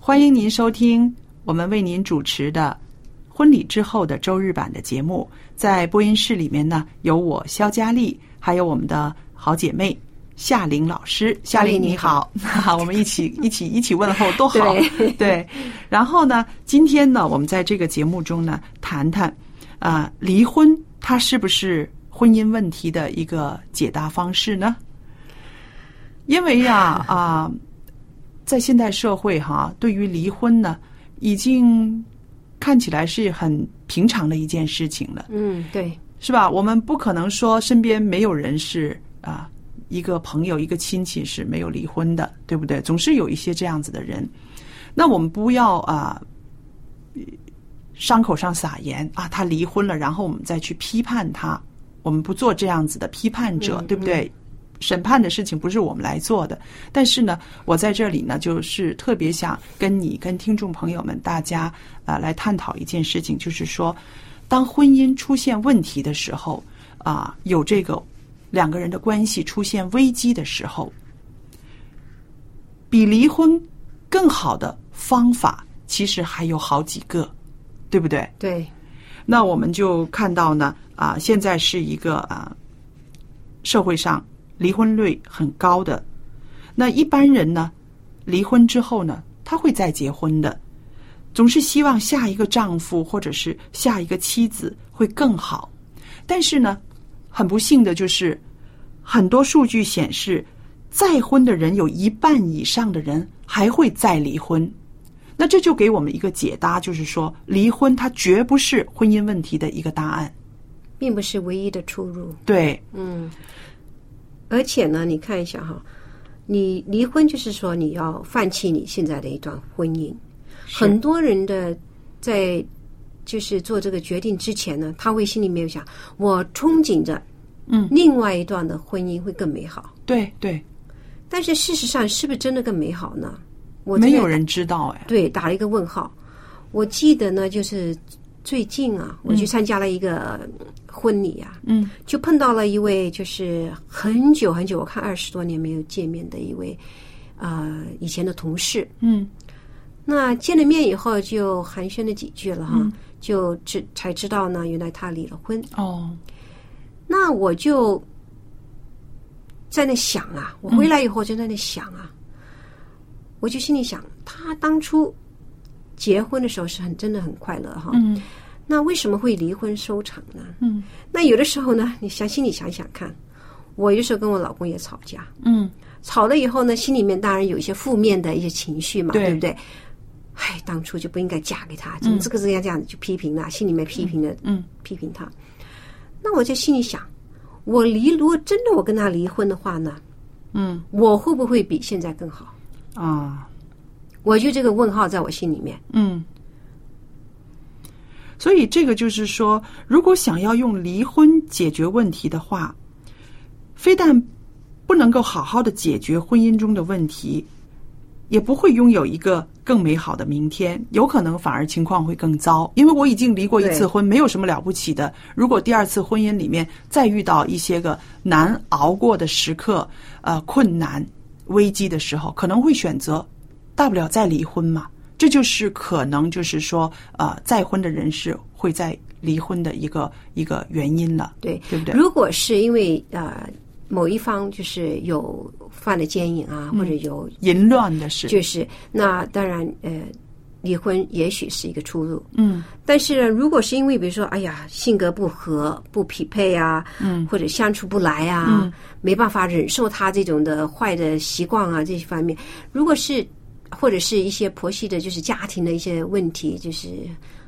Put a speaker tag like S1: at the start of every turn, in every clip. S1: 欢迎您收听我们为您主持的《婚礼之后的周日版》的节目。在播音室里面呢，有我肖佳丽，还有我们的好姐妹夏玲老师。夏玲哎你好， 我们一起一起一起问候，多好。对，然后呢，今天呢，我们在这个节目中呢，谈谈啊、离婚它是不是婚姻问题的一个解答方式呢？因为呀啊、在现代社会哈、对于离婚呢，已经看起来是很平常的一件事情了，
S2: 嗯，对，
S1: 是吧？我们不可能说身边没有人是啊、一个朋友、一个亲戚是没有离婚的，对不对？总是有一些这样子的人。那我们不要啊、伤口上撒盐啊，他离婚了，然后我们再去批判他，我们不做这样子的批判者，
S2: 嗯
S1: 对不对？审判的事情不是我们来做的，但是呢，我在这里呢，就是特别想跟你、跟听众朋友们大家啊、呃来探讨一件事情，就是说，当婚姻出现问题的时候，啊、有这个两个人的关系出现危机的时候，比离婚更好的方法，其实还有好几个，对不对？
S2: 对，
S1: 那我们就看到呢，啊，现在是一个啊，社会上离婚率很高的。那一般人呢，离婚之后呢，他会再结婚的，总是希望下一个丈夫或者是下一个妻子会更好。但是呢，很不幸的就是，很多数据显示，再婚的人有一半以上的人还会再离婚。那这就给我们一个解答，就是说，离婚它绝不是婚姻问题的一个答案。
S2: 并不是唯一的出路。
S1: 对，
S2: 嗯，而且呢，你看一下哈，你离婚就是说你要放弃你现在的一段婚姻。很多人的在就是做这个决定之前呢，他会心里面有想，我憧憬着，
S1: 嗯，
S2: 另外一段的婚姻会更美好。
S1: 对，对，
S2: 但是事实上，是不是真的更美好呢？我
S1: 没
S2: 真的
S1: 有人知道哎。
S2: 对，打了一个问号。我记得呢，就是最近啊，我去参加了一个婚礼啊，
S1: 嗯，
S2: 就碰到了一位就是很久很久，我看二十多年没有见面的一位，呃，以前的同事。
S1: 嗯，
S2: 那见了面以后就寒暄了几句了哈，就知才知道呢，原来他离了婚。
S1: 哦，
S2: 那我就在那想啊，我回来以后就在那想啊，我就心里想，他当初结婚的时候是很真的很快乐哈，
S1: 嗯
S2: 那为什么会离婚收场呢？
S1: 嗯
S2: 那有的时候呢，你想心里想想看，我有时候跟我老公也吵架，
S1: 嗯，
S2: 吵了以后呢，心里面当然有一些负面的一些情绪嘛，
S1: 对
S2: 对不对？哎，当初就不应该嫁给他，怎么这个这样这样就批评他，心里面批评的，
S1: 嗯，
S2: 批评他。那我就心里想，我离如果真的我跟他离婚的话呢，
S1: 嗯
S2: 我会不会比现在更好？
S1: 啊，
S2: 我就这个问号在我心里面。
S1: 嗯。所以这个就是说，如果想要用离婚解决问题的话，非但不能够好好的解决婚姻中的问题，也不会拥有一个更美好的明天，有可能反而情况会更糟。因为我已经离过一次
S2: 对
S1: 婚，没有什么了不起的。如果第二次婚姻里面再遇到一些个难熬过的时刻，呃，困难、危机的时候，可能会选择大不了再离婚嘛。这就是可能就是说，呃，再婚的人士会在离婚的一个一个原因了，
S2: 对
S1: 对不对？
S2: 如果是因为呃某一方就是有犯了奸淫
S1: 嗯
S2: 啊，或者有
S1: 淫乱的事，
S2: 就是那当然呃离婚也许是一个出路，
S1: 嗯，
S2: 但是呢，如果是因为比如说，哎呀，性格不合、不匹配啊，嗯，或者相处不来啊，没办法忍受他这种的坏的习惯啊，这些方面，如果是或者是一些婆媳的，就是家庭的一些问题，就是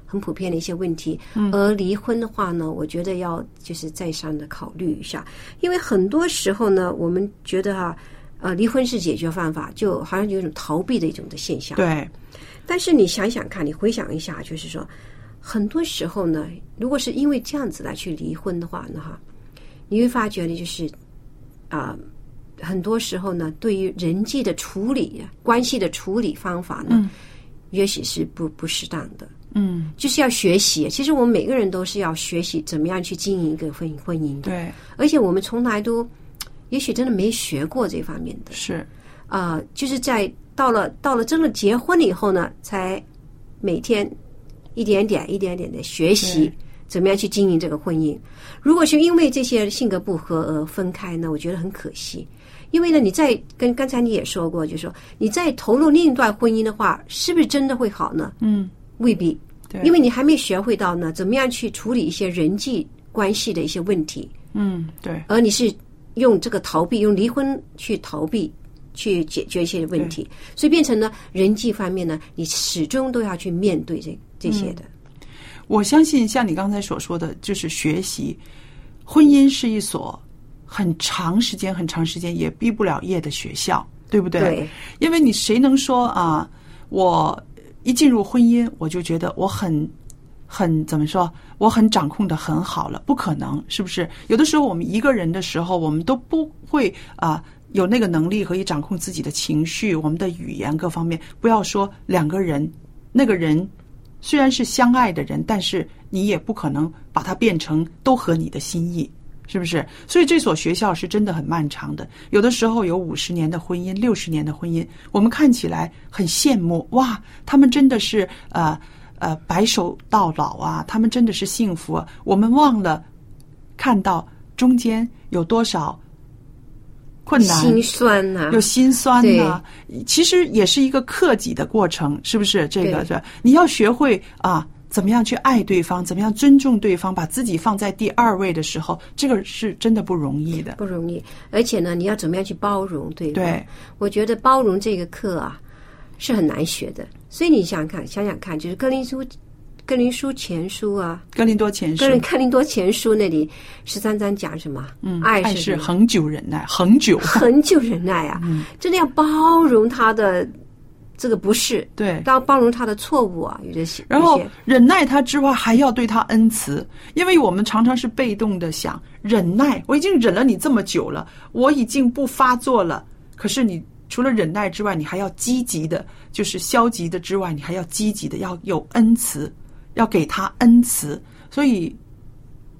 S2: 很普遍的一些问题，而离婚的话呢，我觉得要就是再三的考虑一下，因为很多时候呢，我们觉得哈、呃，离婚是解决方法，就好像有一种逃避的一种的现象。
S1: 对，
S2: 但是你想想看，你回想一下，就是说，很多时候呢，如果是因为这样子来去离婚的话呢，哈，你会发觉呢，就是啊、很多时候呢，对于人际的处理、关系的处理方法呢，也许是不不适当的。
S1: 嗯，
S2: 就是要学习。其实我们每个人都是要学习怎么样去经营一个婚婚姻的，
S1: 对，
S2: 而且我们从来都，也许真的没学过这方面的。
S1: 是，
S2: 啊，就是在到了到了真的结婚了以后呢，才每天一点点一点点的学习
S1: 对
S2: 怎么样去经营这个婚姻。如果是因为这些性格不合而分开呢，我觉得很可惜。因为呢，你在跟刚才你也说过，就是说你再投入另一段婚姻的话，是不是真的会好呢？
S1: 嗯，
S2: 未必，
S1: 对，
S2: 因为你还没学会到呢，怎么样去处理一些人际关系的一些问题。
S1: 嗯，对，
S2: 而你是用这个逃避，用离婚去逃避，去解决一些问题，所以变成呢人际方面呢，你始终都要去面对这这些的。
S1: 我相信像你刚才所说的，就是学习，婚姻是一所很长时间、很长时间也毕不了业的学校，对不对？
S2: 对
S1: 因为你谁能说啊？我一进入婚姻，我就觉得我很。很怎么说？我很掌控的很好了，不可能，是不是？有的时候我们一个人的时候，我们都不会啊、有那个能力可以掌控自己的情绪、我们的语言各方面。不要说两个人，那个人虽然是相爱的人，但是你也不可能把它变成都合你的心意，是不是？所以这所学校是真的很漫长的，有的时候有五十年的婚姻、六十年的婚姻，我们看起来很羡慕，哇，他们真的是呃呃白首到老啊，他们真的是幸福、啊。我们忘了看到中间有多少困嗯难、
S2: 心酸呐、
S1: 有心酸呐、其实也是一个克己的过程，是不是？这个
S2: 对
S1: 是吧你要学会啊，怎么样去爱对方，怎么样尊重对方，把自己放在第二位的时候，这个是真的不容易的。
S2: 不容易。而且呢，你要怎么样去包容对方？
S1: 对，
S2: 我觉得包容这个课啊是很难学的。所以你想想看，想想看，就是格林书、格林书前书啊，
S1: 哥林多前书
S2: 格，林格林多前书那里十三章讲什么？嗯爱
S1: 爱
S2: 是
S1: 是
S2: 什么
S1: 恒久忍耐，恒久
S2: 很久忍耐啊，
S1: 嗯
S2: 真的要包容他的这个不是，
S1: 对。
S2: 要包容他的错误啊，有的些。
S1: 然后
S2: 有些
S1: 忍耐他之外，还要对他恩慈，因为我们常常是被动的想忍耐，我已经忍了你这么久了，我已经不发作了。可是你除了忍耐之外，你还要积极的，就是消极的之外，你还要积极的，要有恩慈，要给他恩慈，所以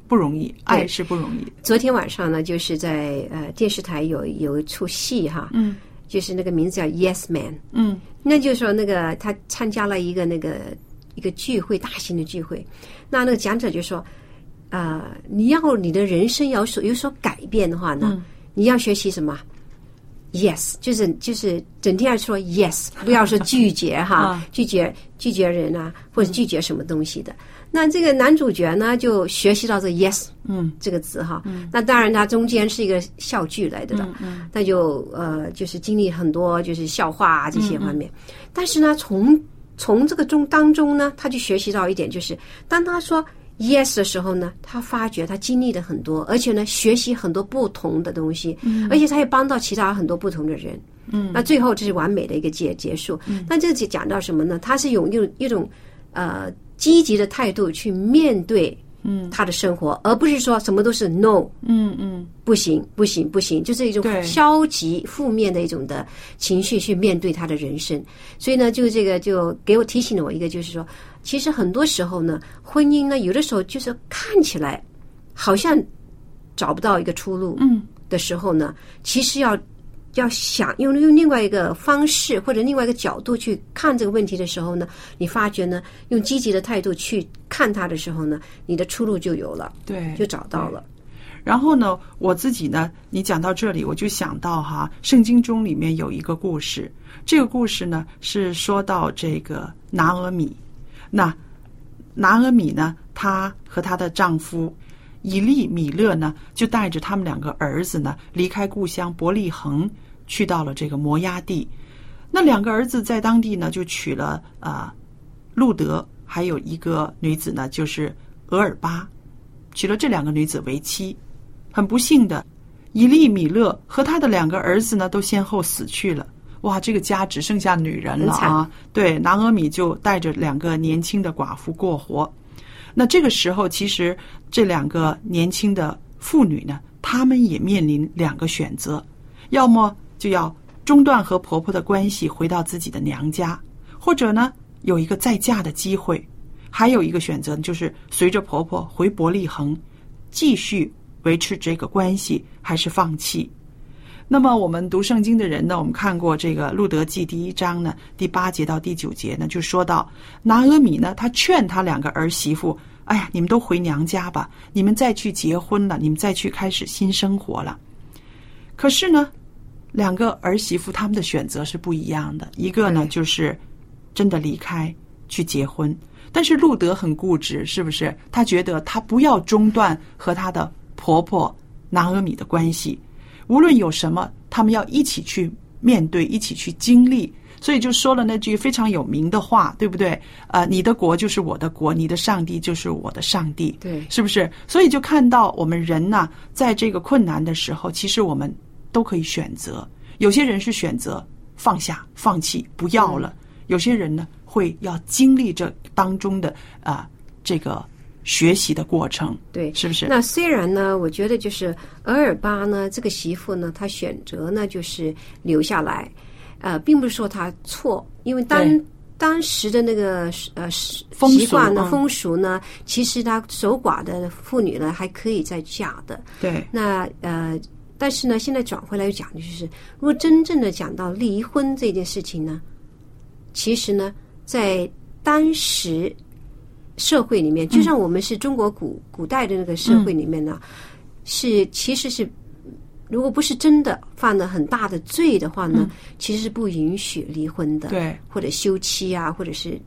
S1: 不容易，爱是不容易的。
S2: 昨天晚上呢，就是在呃电视台有有一出戏哈，嗯，就是那个名字叫《Yes Man》，
S1: 嗯，
S2: 那就是说那个他参加了一个那个一个聚会，大型的聚会，那那个讲者就说，呃，你要你的人生有所有所改变的话呢，
S1: 嗯
S2: 你要学习什么？Yes，就是就是整天要说 yes，不要说拒绝哈
S1: 啊，嗯
S2: 拒绝拒绝人啊，或者拒绝什么东西的。那这个男主角呢，就学习到这 yes，
S1: 嗯，
S2: 这个字哈。那当然，他中间是一个笑剧来的了，那就呃，就是经历很多就是笑话啊这些方面。但是呢，从从这个中当中呢，他就学习到一点，就是当他说 yes 的时候呢，他发觉他经历了很多，而且呢，学习很多不同的东西，而且他也帮到其他很多不同的人。嗯，那最后这是完美的一个结结束。那这就讲到什么呢？他是有一种一种呃积极的态度去面对嗯，他的生活，而不是说什么都是 no，
S1: 嗯嗯，
S2: 不行，不行，不行，就是一种
S1: 对
S2: 消极、负面的一种的情绪去面对他的人生。所以呢，就这个就给我提醒了我一个，就是说，其实很多时候呢，婚姻呢，有的时候就是看起来好像找不到一个出路，
S1: 嗯，
S2: 的时候呢，其实要要想用用另外一个方式或者另外一个角度去看这个问题的时候呢，你发觉呢，用积极的态度去看它的时候呢，你的出路就有了，
S1: 对，
S2: 就找到了。
S1: 然后呢，我自己呢，你讲到这里，我就想到哈，圣经中里面有一个故事，这个故事呢是说到这个拿俄米，那拿俄米呢，她和她的丈夫以利米勒呢，就带着他们两个儿子呢，离开故乡伯利恒，去到了这个摩崖地。那两个儿子在当地呢，就娶了啊、呃路德，还有一个女子呢，就是俄尔巴。娶了这两个女子为妻。很不幸的，以利米勒和他的两个儿子呢，都先后死去了。哇，这个家只剩下女人了
S2: 很
S1: 啊
S2: 惨！
S1: 对，拿俄米就带着两个年轻的寡妇过活。那这个时候，其实这两个年轻的妇女呢，她们也面临两个选择，要么就要中断和婆婆的关系，回到自己的娘家，或者呢有一个再嫁的机会。还有一个选择就是随着婆婆回伯利恒，继续维持这个关系，还是放弃。那么我们读圣经的人呢，我们看过这个《路德记》第一章呢，第八节到第九节呢，就说到拿阿米呢，他劝他两个儿媳妇：“哎呀，你们都回娘家吧，你们再去结婚了，你们再去开始新生活了。”可是呢，两个儿媳妇她们的选择是不一样的，一个呢
S2: 对
S1: 就是真的离开去结婚，但是路德很固执，是不是？他觉得他不要中断和他的婆婆拿阿米的关系，无论有什么，他们要一起去面对，一起去经历。所以就说了那句非常有名的话，对不对？呃，你的国就是我的国，你的上帝就是我的上帝。
S2: 对
S1: 是不是？所以就看到我们人呐，在这个困难的时候，其实我们都可以选择。有些人是选择放下、放弃、不要了；有些人呢，会要经历这当中的啊、这个学习的过程，
S2: 对，
S1: 是不是？
S2: 那虽然呢，我觉得就是额尔巴呢，这个媳妇呢，她选择呢就是留下来，呃，并不是说她错，因为当
S1: 对
S2: 当时的那个呃习
S1: 风俗
S2: 习惯呢
S1: 嗯、
S2: 风俗呢，其实她守寡的妇女呢还可以再嫁的。
S1: 对
S2: 那呃，但是呢，现在转回来又讲，就是如果真正的讲到离婚这件事情呢，其实呢，在当时社会里
S1: 嗯
S2: 面，就像我们是中国古、古代的那个社会里面呢，是其实是。如果不是真的犯了很大的罪的话呢，其实是不允许离婚
S1: 嗯
S2: 的。
S1: 对
S2: 或者休妻啊，或者是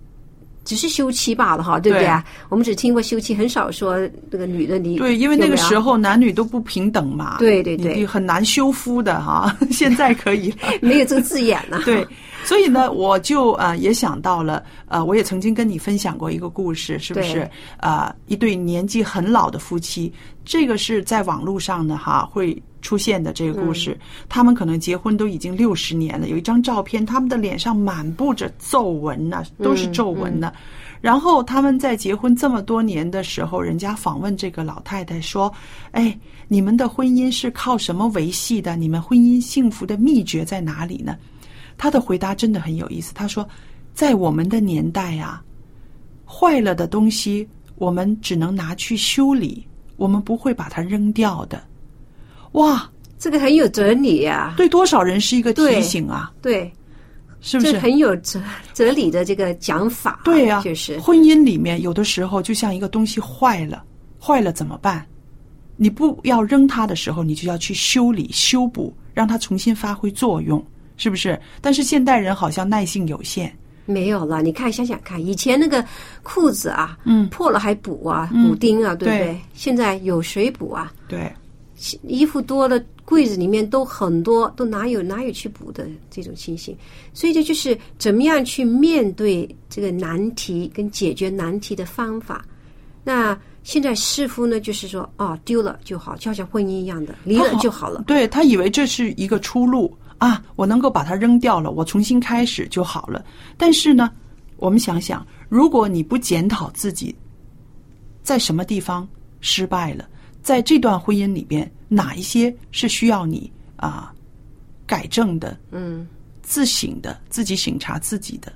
S2: 只是休妻罢了哈，对不对啊？我们只听过休妻，很少说那个女的离。
S1: 对，因为那
S2: 有
S1: 个
S2: 没有
S1: 时候男女都不平等嘛，
S2: 对对对
S1: 你很难修复的哈、 现在可以 了。
S2: 没有这个字眼呢、
S1: 对，所以呢，我就呃也想到了，呃，我也曾经跟你分享过一个故事，是不是
S2: 对？
S1: 呃，一对年纪很老的夫妻，这个是在网络上呢哈会出现的这个故事，他们可能结婚都已经六十年了，有一张照片，他们的脸上满布着皱纹呢、都是皱纹呢、然后他们在结婚这么多年的时候，人家访问这个老太太说：“哎，你们的婚姻是靠什么维系的？你们婚姻幸福的秘诀在哪里呢？”她的回答真的很有意思。她说：“在我们的年代啊，坏了的东西我们只能拿去修理，我们不会把它扔掉的。”哇，
S2: 这个很有哲理呀、
S1: 对多少人是一个提
S2: 对
S1: 醒啊，
S2: 对，
S1: 是不是？
S2: 这很有哲哲理的这个讲法、啊
S1: 对啊呀、
S2: 就是
S1: 婚姻里面有的时候就像一个东西坏了，坏了怎么办？你不要扔它的时候，你就要去修理、修补，让它重新发挥作用，是不是？但是现代人好像耐性有限，
S2: 没有了。你看，想想看，以前那个裤子啊，
S1: 嗯
S2: 破了还补啊，
S1: 嗯
S2: 补丁啊，对不
S1: 对
S2: 对？现在有谁补啊？
S1: 对
S2: 衣服多了，柜子里面都很多，都哪有哪有去补的这种情形？所以这就是怎么样去面对这个难题跟解决难题的方法。那现在似乎呢，就是说，哦，丢了就好，就好像婚姻一样的，离
S1: 哦
S2: 了就好了。
S1: 对他以为这是一个出路啊，我能够把它扔掉了，我重新开始就好了。但是呢，我们想想，如果你不检讨自己在什么地方失败了，在这段婚姻里边哪一些是需要你啊改正的、
S2: 嗯
S1: 自省的、自己省察自己的，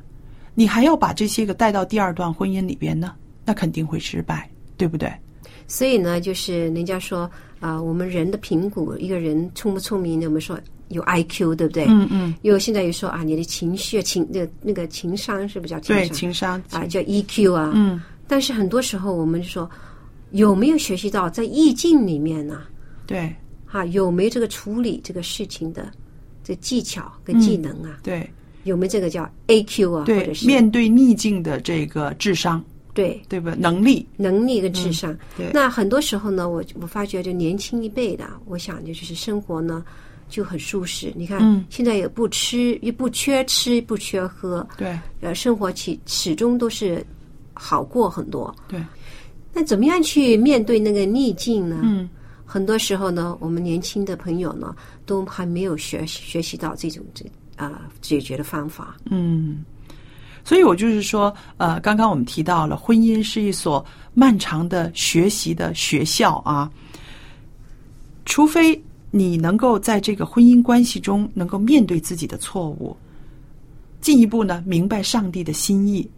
S1: 你还要把这些个带到第二段婚姻里边呢，那肯定会失败，对不对？
S2: 所以呢，就是人家说啊、我们人的评估一个人聪不聪明，我们说有 IQ，对不对？
S1: 嗯嗯，
S2: 因为现在又说啊，你的情绪、情那那个情商是不是叫情
S1: 对，
S2: 商？
S1: 情商，
S2: 啊，叫 EQ 啊。
S1: 嗯，
S2: 但是很多时候我们就说，有没有学习到在意境里面呢、
S1: 对
S2: 啊，有没有这个处理这个事情的这技巧跟技能啊？
S1: 对
S2: 有没有这个叫 AQ 啊？或
S1: 嗯对
S2: 者，是
S1: 面对逆境的这个智商，
S2: 对
S1: 对吧？能力，
S2: 能力跟
S1: 嗯
S2: 智商？
S1: 对
S2: 那很多时候呢，我我发觉就年轻一辈的，我想就就是生活呢就很舒适。你看，
S1: 嗯
S2: 现在也不吃，也不缺吃，不缺喝，
S1: 对
S2: 呃，生活起始终都是好过很多。
S1: 对，
S2: 那怎么样去面对那个逆境呢？
S1: 嗯，
S2: 很多时候呢，我们年轻的朋友呢，都还没有学学习到这种这啊、解决的方法。
S1: 嗯，所以我就是说，呃，刚刚我们提到了，婚姻是一所漫长的学习的学校啊。除非你能够在这个婚姻关系中能够面对自己的错误，进一步呢明白上帝的心意，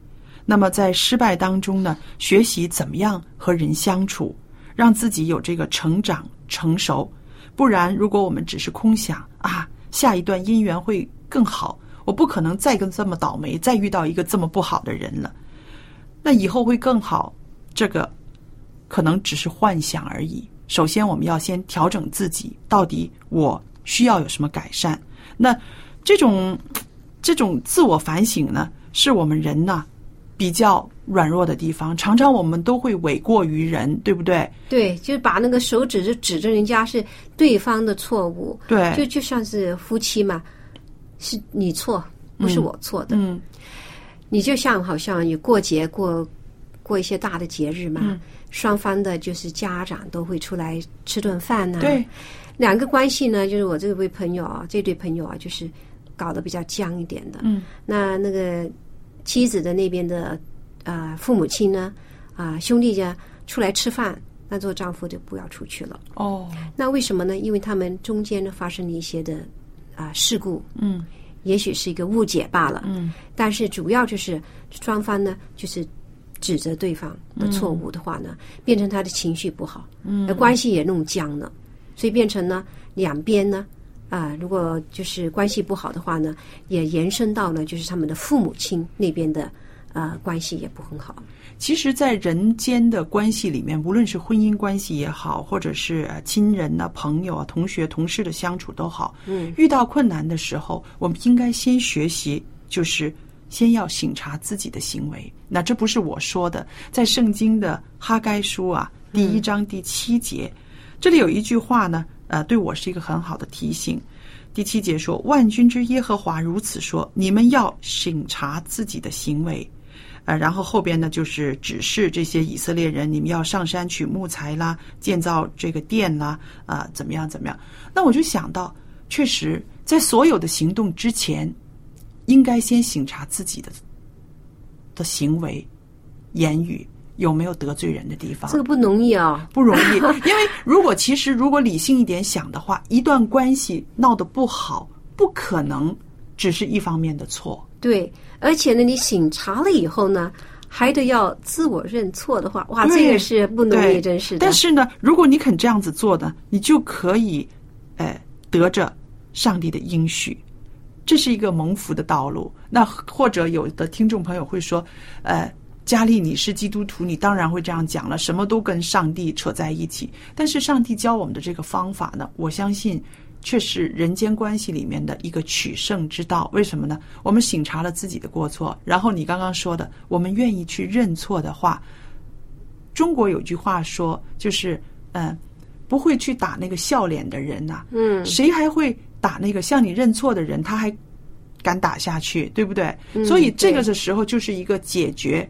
S1: 那么在失败当中呢，学习怎么样和人相处，让自己有这个成长成熟。不然，如果我们只是空想啊，下一段姻缘会更好，我不可能再跟这么倒霉，再遇到一个这么不好的人了，那以后会更好，这个可能只是幻想而已。首先，我们要先调整自己，到底我需要有什么改善？那这种这种自我反省呢，是我们人呐比较软弱的地方，常常我们都会诿过于人，对不对？
S2: 对，就是把那个手指就指着人家是对方的错误，
S1: 对，
S2: 就就像是夫妻嘛，是你错，不是我错的。
S1: 嗯，
S2: 你就像好像你过节过过一些大的节日嘛，
S1: 嗯
S2: 双方的就是家长都会出来吃顿饭呐、
S1: 对，
S2: 两个关系呢，就是我这位朋友啊，这对朋友啊，就是搞得比较僵一点的。
S1: 嗯，
S2: 那那个妻子的那边的啊、呃父母亲呢，啊、兄弟家出来吃饭，那做丈夫就不要出去了。
S1: 哦，
S2: 那为什么呢？因为他们中间呢发生了一些的啊、事故，
S1: 嗯
S2: 也许是一个误解罢了。
S1: 嗯，
S2: 但是主要就是双方呢，就是指责对方的错误的话呢，变成他的情绪不好，嗯，关系也弄僵了，所以变成呢两边呢。啊，如果就是关系不好的话呢，也延伸到呢，就是他们的父母亲那边的，呃，关系也不很好。
S1: 其实，在人间的关系里面，无论是婚姻关系也好，或者是呃亲人呐、朋友啊、同学、同事的相处都好，
S2: 嗯，
S1: 遇到困难的时候，我们应该先学习，就是先要省察自己的行为。那这不是我说的，在圣经的哈该书啊第一章第七节，这里有一句话呢，呃，对我是一个很好的提醒。第七节说：“万军之耶和华如此说，你们要省察自己的行为。”呃，然后后边呢就是指示这些以色列人，你们要上山取木材啦，建造这个殿啦，啊、怎么样怎么样？那我就想到，确实在所有的行动之前，应该先省察自己的的行为、言语有没有得罪人的地方
S2: 这。个不容易啊、
S1: 不容易，因为如果其实如果理性一点想的话，一段关系闹得不好，不可能只是一方面的错。
S2: 对，而且呢，你醒察了以后呢，还得要自我认错的话，哇，
S1: 对
S2: 这个是不容易，
S1: 对，
S2: 真是的。
S1: 但是呢，如果你肯这样子做呢，你就可以，呃，得着上帝的应许。这是一个蒙福的道路。那或者有的听众朋友会说，呃，佳丽，你是基督徒，你当然会这样讲了，什么都跟上帝扯在一起。但是上帝教我们的这个方法呢，我相信却是人间关系里面的一个取胜之道。为什么呢？我们醒察了自己的过错，然后你刚刚说的，我们愿意去认错的话，中国有句话说，就是嗯、呃不会去打那个笑脸的人呐、
S2: 嗯，
S1: 谁还会打那个向你认错的人？他还敢打下去，对不对？
S2: 嗯
S1: 所以这个的时候就是一个解决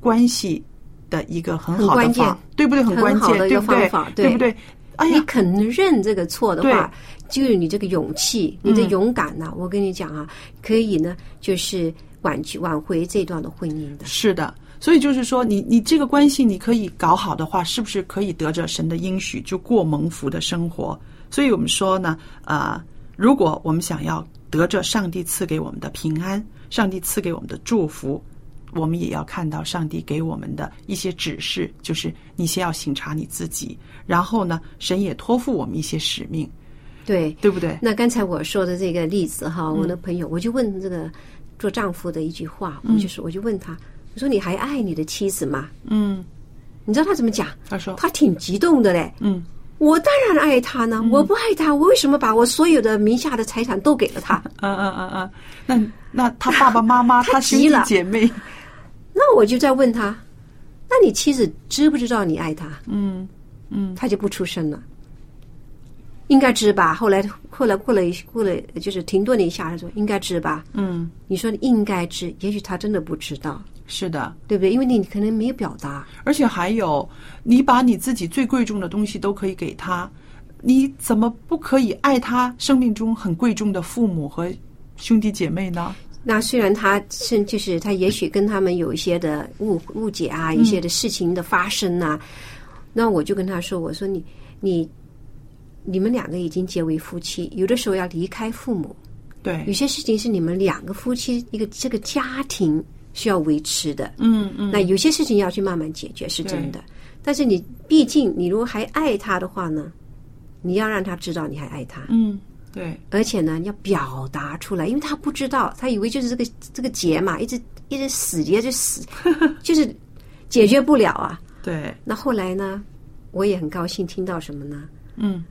S1: 关系的一个很好
S2: 很
S1: 的
S2: 关键
S1: 方，对不对？很
S2: 很
S1: 关
S2: 好
S1: 键，
S2: 的一
S1: 对
S2: 个
S1: 不对
S2: 方法？对
S1: 对不对？哎
S2: 你
S1: 呀，
S2: 肯认这个错的话，就有你这个勇气，
S1: 嗯
S2: 你的勇敢呐、我跟你讲啊，可以呢，就是挽去挽回这段的婚姻的。
S1: 是的，所以就是说，你你这个关系你可以搞好的话，是不是可以得着神的应许，就过蒙福的生活？所以我们说呢，啊、如果我们想要得着上帝赐给我们的平安，上帝赐给我们的祝福，我们也要看到上帝给我们的一些指示，就是你先要省察你自己，然后呢，神也托付我们一些使命，
S2: 对，
S1: 对不对？
S2: 那刚才我说的这个例子哈，
S1: 嗯
S2: 我的朋友，我就问这个做丈夫的一句话，我就是我就问他，我说你还爱你的妻子吗？
S1: 嗯，
S2: 你知道他怎么讲？
S1: 他说，
S2: 他挺激动的嘞。
S1: 嗯，
S2: 我当然爱他呢，我不爱他，我为什么把我所有的名下的财产都给 了他？
S1: 嗯嗯嗯嗯，那那他爸爸妈妈，他兄弟
S2: 急了
S1: 姐妹，
S2: 那我就在问他，那你妻子知不知道你爱他？
S1: 嗯嗯，
S2: 他就不出声了。应该知吧？后来后来过了一过了，就是停顿了一下，他说应该知吧？
S1: 嗯，
S2: 你说应该知，也许他真的不知道，
S1: 是的。
S2: 对不对？因为你可能没有表达。
S1: 而且还有，你把你自己最贵重的东西都可以给他，你怎么不可以爱他生命中很贵重的父母和兄弟姐妹呢？
S2: 那虽然他是就是他也许跟他们有一些的误误解啊，一些的事情的发生啊，那我就跟他说，我说你你你们两个已经结为夫妻，有的时候要离开父母，有
S1: 对，
S2: 些事情是你们两个夫妻一个这个家庭需要维持的，
S1: 嗯嗯，
S2: 那有些事情要去慢慢解决是真的，但是你毕竟你如果还爱他的话呢，你要让他知道你还爱他，
S1: 嗯，对，
S2: 而且呢，你要表达出来，因为他不知道，他以为就是这个这个结嘛，一直一直死结就 死，就是解决不了啊。
S1: 对，
S2: 那后来呢，我也很高兴听到什么呢？
S1: 嗯，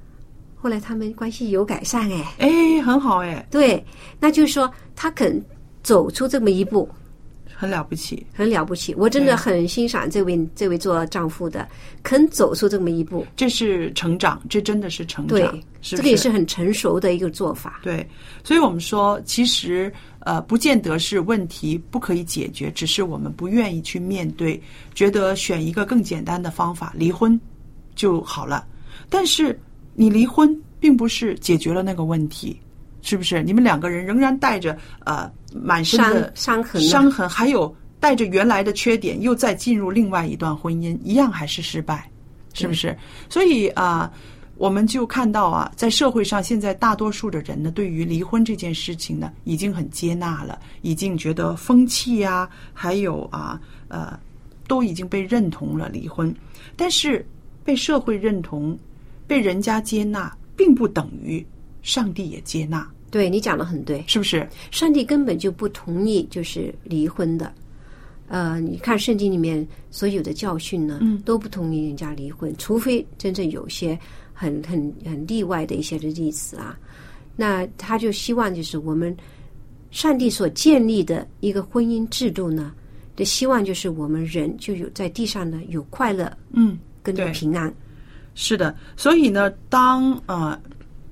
S2: 后来他们关系有改善哎，
S1: 哎，很好，哎，
S2: 对，那就是说他肯走出这么一步，
S1: 很了不起，
S2: 很了不起。我真
S1: 对
S2: 的很欣赏这位这位做丈夫的肯走出这么一步，
S1: 这是成长，这真的是成
S2: 对
S1: 长，，是不
S2: 这个也是很成熟的一个做法。
S1: 对，所以我们说，其实呃，不见得是问题不可以解决，只是我们不愿意去面对，觉得选一个更简单的方法，离婚就好了。但是你离婚并不是解决了那个问题，是不是？你们两个人仍然带着呃满身
S2: 伤
S1: 的
S2: 伤痕啊呢
S1: 伤痕，还有带着原来的缺点，又再进入另外一段婚姻，一样还是失败，是不是？所以啊、我们就看到啊，在社会上现在大多数的人呢，对于离婚这件事情呢，已经很接纳了，已经觉得风气呀、还有啊呃，都已经被认同了离婚，但是被社会认同、被人家接纳，并不等于上帝也接纳，
S2: 对你讲的很对。
S1: 是不是？
S2: 上帝根本就不同意就是离婚的。呃，你看圣经里面所有的教训呢，
S1: 嗯
S2: 都不同意人家离婚，除非真正有些很很很例外的一些的例子啊。那他就希望就是我们上帝所建立的一个婚姻制度呢，的希望就是我们人就有在地上呢有快乐
S1: 嗯。
S2: 跟
S1: 对
S2: 平安。
S1: 是的，所以呢，当呃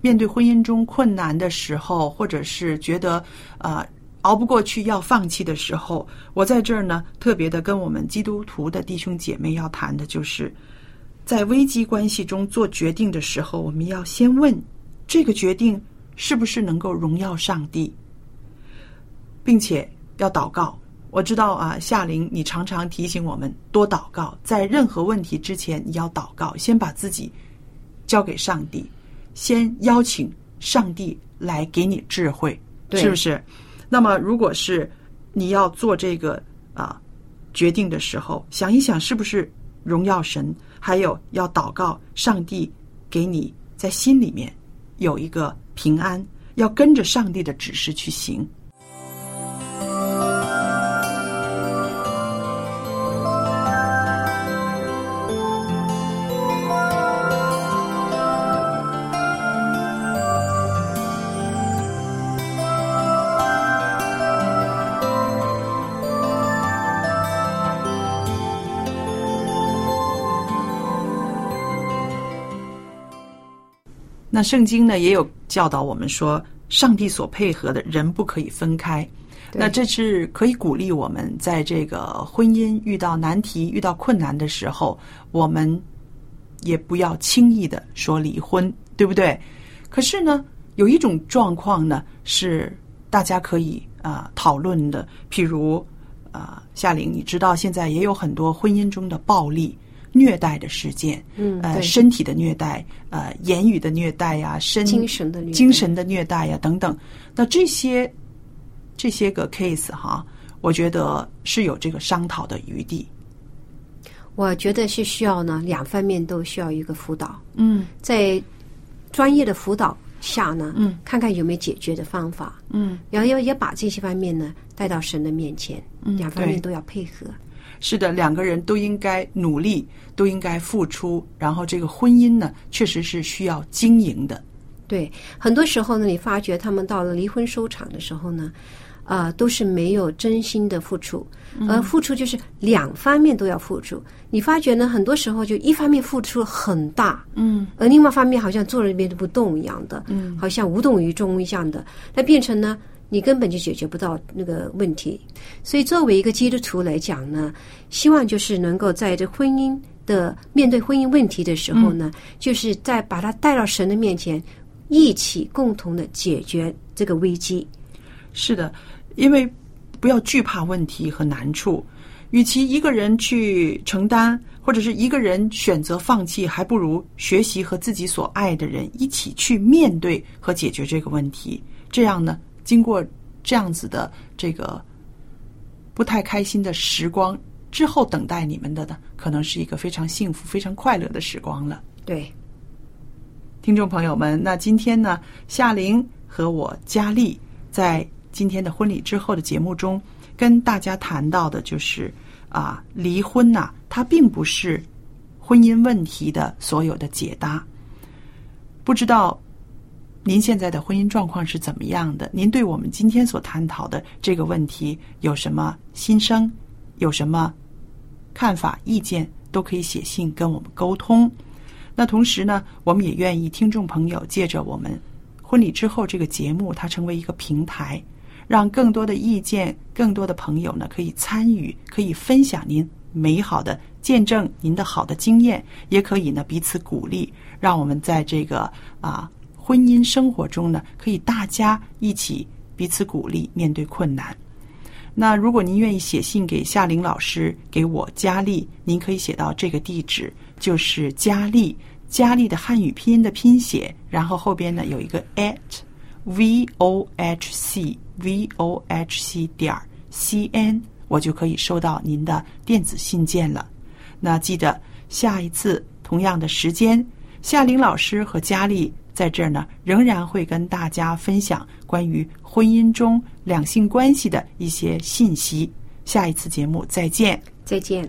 S1: 面对婚姻中困难的时候，或者是觉得呃熬不过去要放弃的时候，我在这儿呢特别的跟我们基督徒的弟兄姐妹要谈的就是，在危机关系中做决定的时候，我们要先问这个决定是不是能够荣耀上帝，并且要祷告。我知道啊，夏玲，你常常提醒我们多祷告，在任何问题之前，你要祷告，先把自己交给上帝，先邀请上帝来给你智慧，
S2: 对
S1: 是不是？那么，如果是你要做这个啊决定的时候，想一想是不是荣耀神，还有要祷告上帝给你在心里面有一个平安，要跟着上帝的指示去行。那圣经呢也有教导我们说，上帝所配合的人不可以分开。
S2: 对
S1: 那这是可以鼓励我们在这个婚姻遇到难题、遇到困难的时候，我们也不要轻易的说离婚，对不对？可是呢，有一呃种状况呢是大家可以啊、讨论的，譬如啊、夏玲，你知道现在也有很多婚姻中的暴力、虐待的事件，
S2: 嗯
S1: 呃，
S2: 对
S1: 身体的虐待，呃，言语的虐待呀、身
S2: 精神的虐待
S1: 精神的虐待呀、等等。那这些这些个 case 哈，我觉得是有这个商讨的余地。
S2: 我觉得是需要呢，两方面都需要一个辅导，
S1: 嗯
S2: 在专业的辅导下呢，
S1: 嗯，
S2: 看看有没有解决的方法，
S1: 嗯，
S2: 然后要也把这些方面呢带到神的面前，
S1: 嗯
S2: 两方面
S1: 对
S2: 都要配合。
S1: 是的，两个人都应该努力，都应该付出。然后这个婚姻呢，确实是需要经营的。
S2: 对，很多时候呢，你发觉他们到了离婚收场的时候呢，啊、都是没有真心的付出，而付出就是两方面都要付出。你发觉呢，很多时候就一方面付出很大，
S1: 嗯，
S2: 而另外一方面好像坐那边都不动一样的，嗯，好像无动于衷一样的，那变成呢，你根本就解决不到那个问题。所以，作为一个基督徒来讲呢，希望就是能够在这婚姻的面对婚姻问题的时候呢，就是在把它带到神的面前，一起共同的解决这个危机。
S1: 是的，因为不要惧怕问题和难处，与其一个人去承担，或者是一个人选择放弃，还不如学习和自己所爱的人一起去面对和解决这个问题。这样呢，经过这样子的这个不太开心的时光之后，等待你们的呢，可能是一个非常幸福、非常快乐的时光了。
S2: 对，
S1: 听众朋友们，那今天呢，夏玲和我佳丽在今天的婚礼之后的节目中，跟大家谈到的就是啊，离婚呐、它并不是婚姻问题的所有的解答。不知道您现在的婚姻状况是怎么样的？您对我们今天所探讨的这个问题有什么心声？有什么看法、意见，都可以写信跟我们沟通。那同时呢，我们也愿意听众朋友借着我们婚礼之后这个节目，它成为一个平台，让更多的意见、更多的朋友呢可以参与，可以分享您美好的见证、您的好的经验，也可以呢彼此鼓励，让我们在这个啊婚姻生活中呢，可以大家一起彼此鼓励，面对困难。那如果您愿意写信给夏玲老师，给我佳丽，您可以写到这个地址，就是佳丽，佳丽的汉语拼音的拼写，然后后边呢有一个 at，v o h c v o h c 点 c n，我就可以收到您的电子信件了。那记得下一次同样的时间，夏玲老师和佳丽在这儿呢，仍然会跟大家分享关于婚姻中两性关系的一些信息。下一次节目再见。
S2: 再见。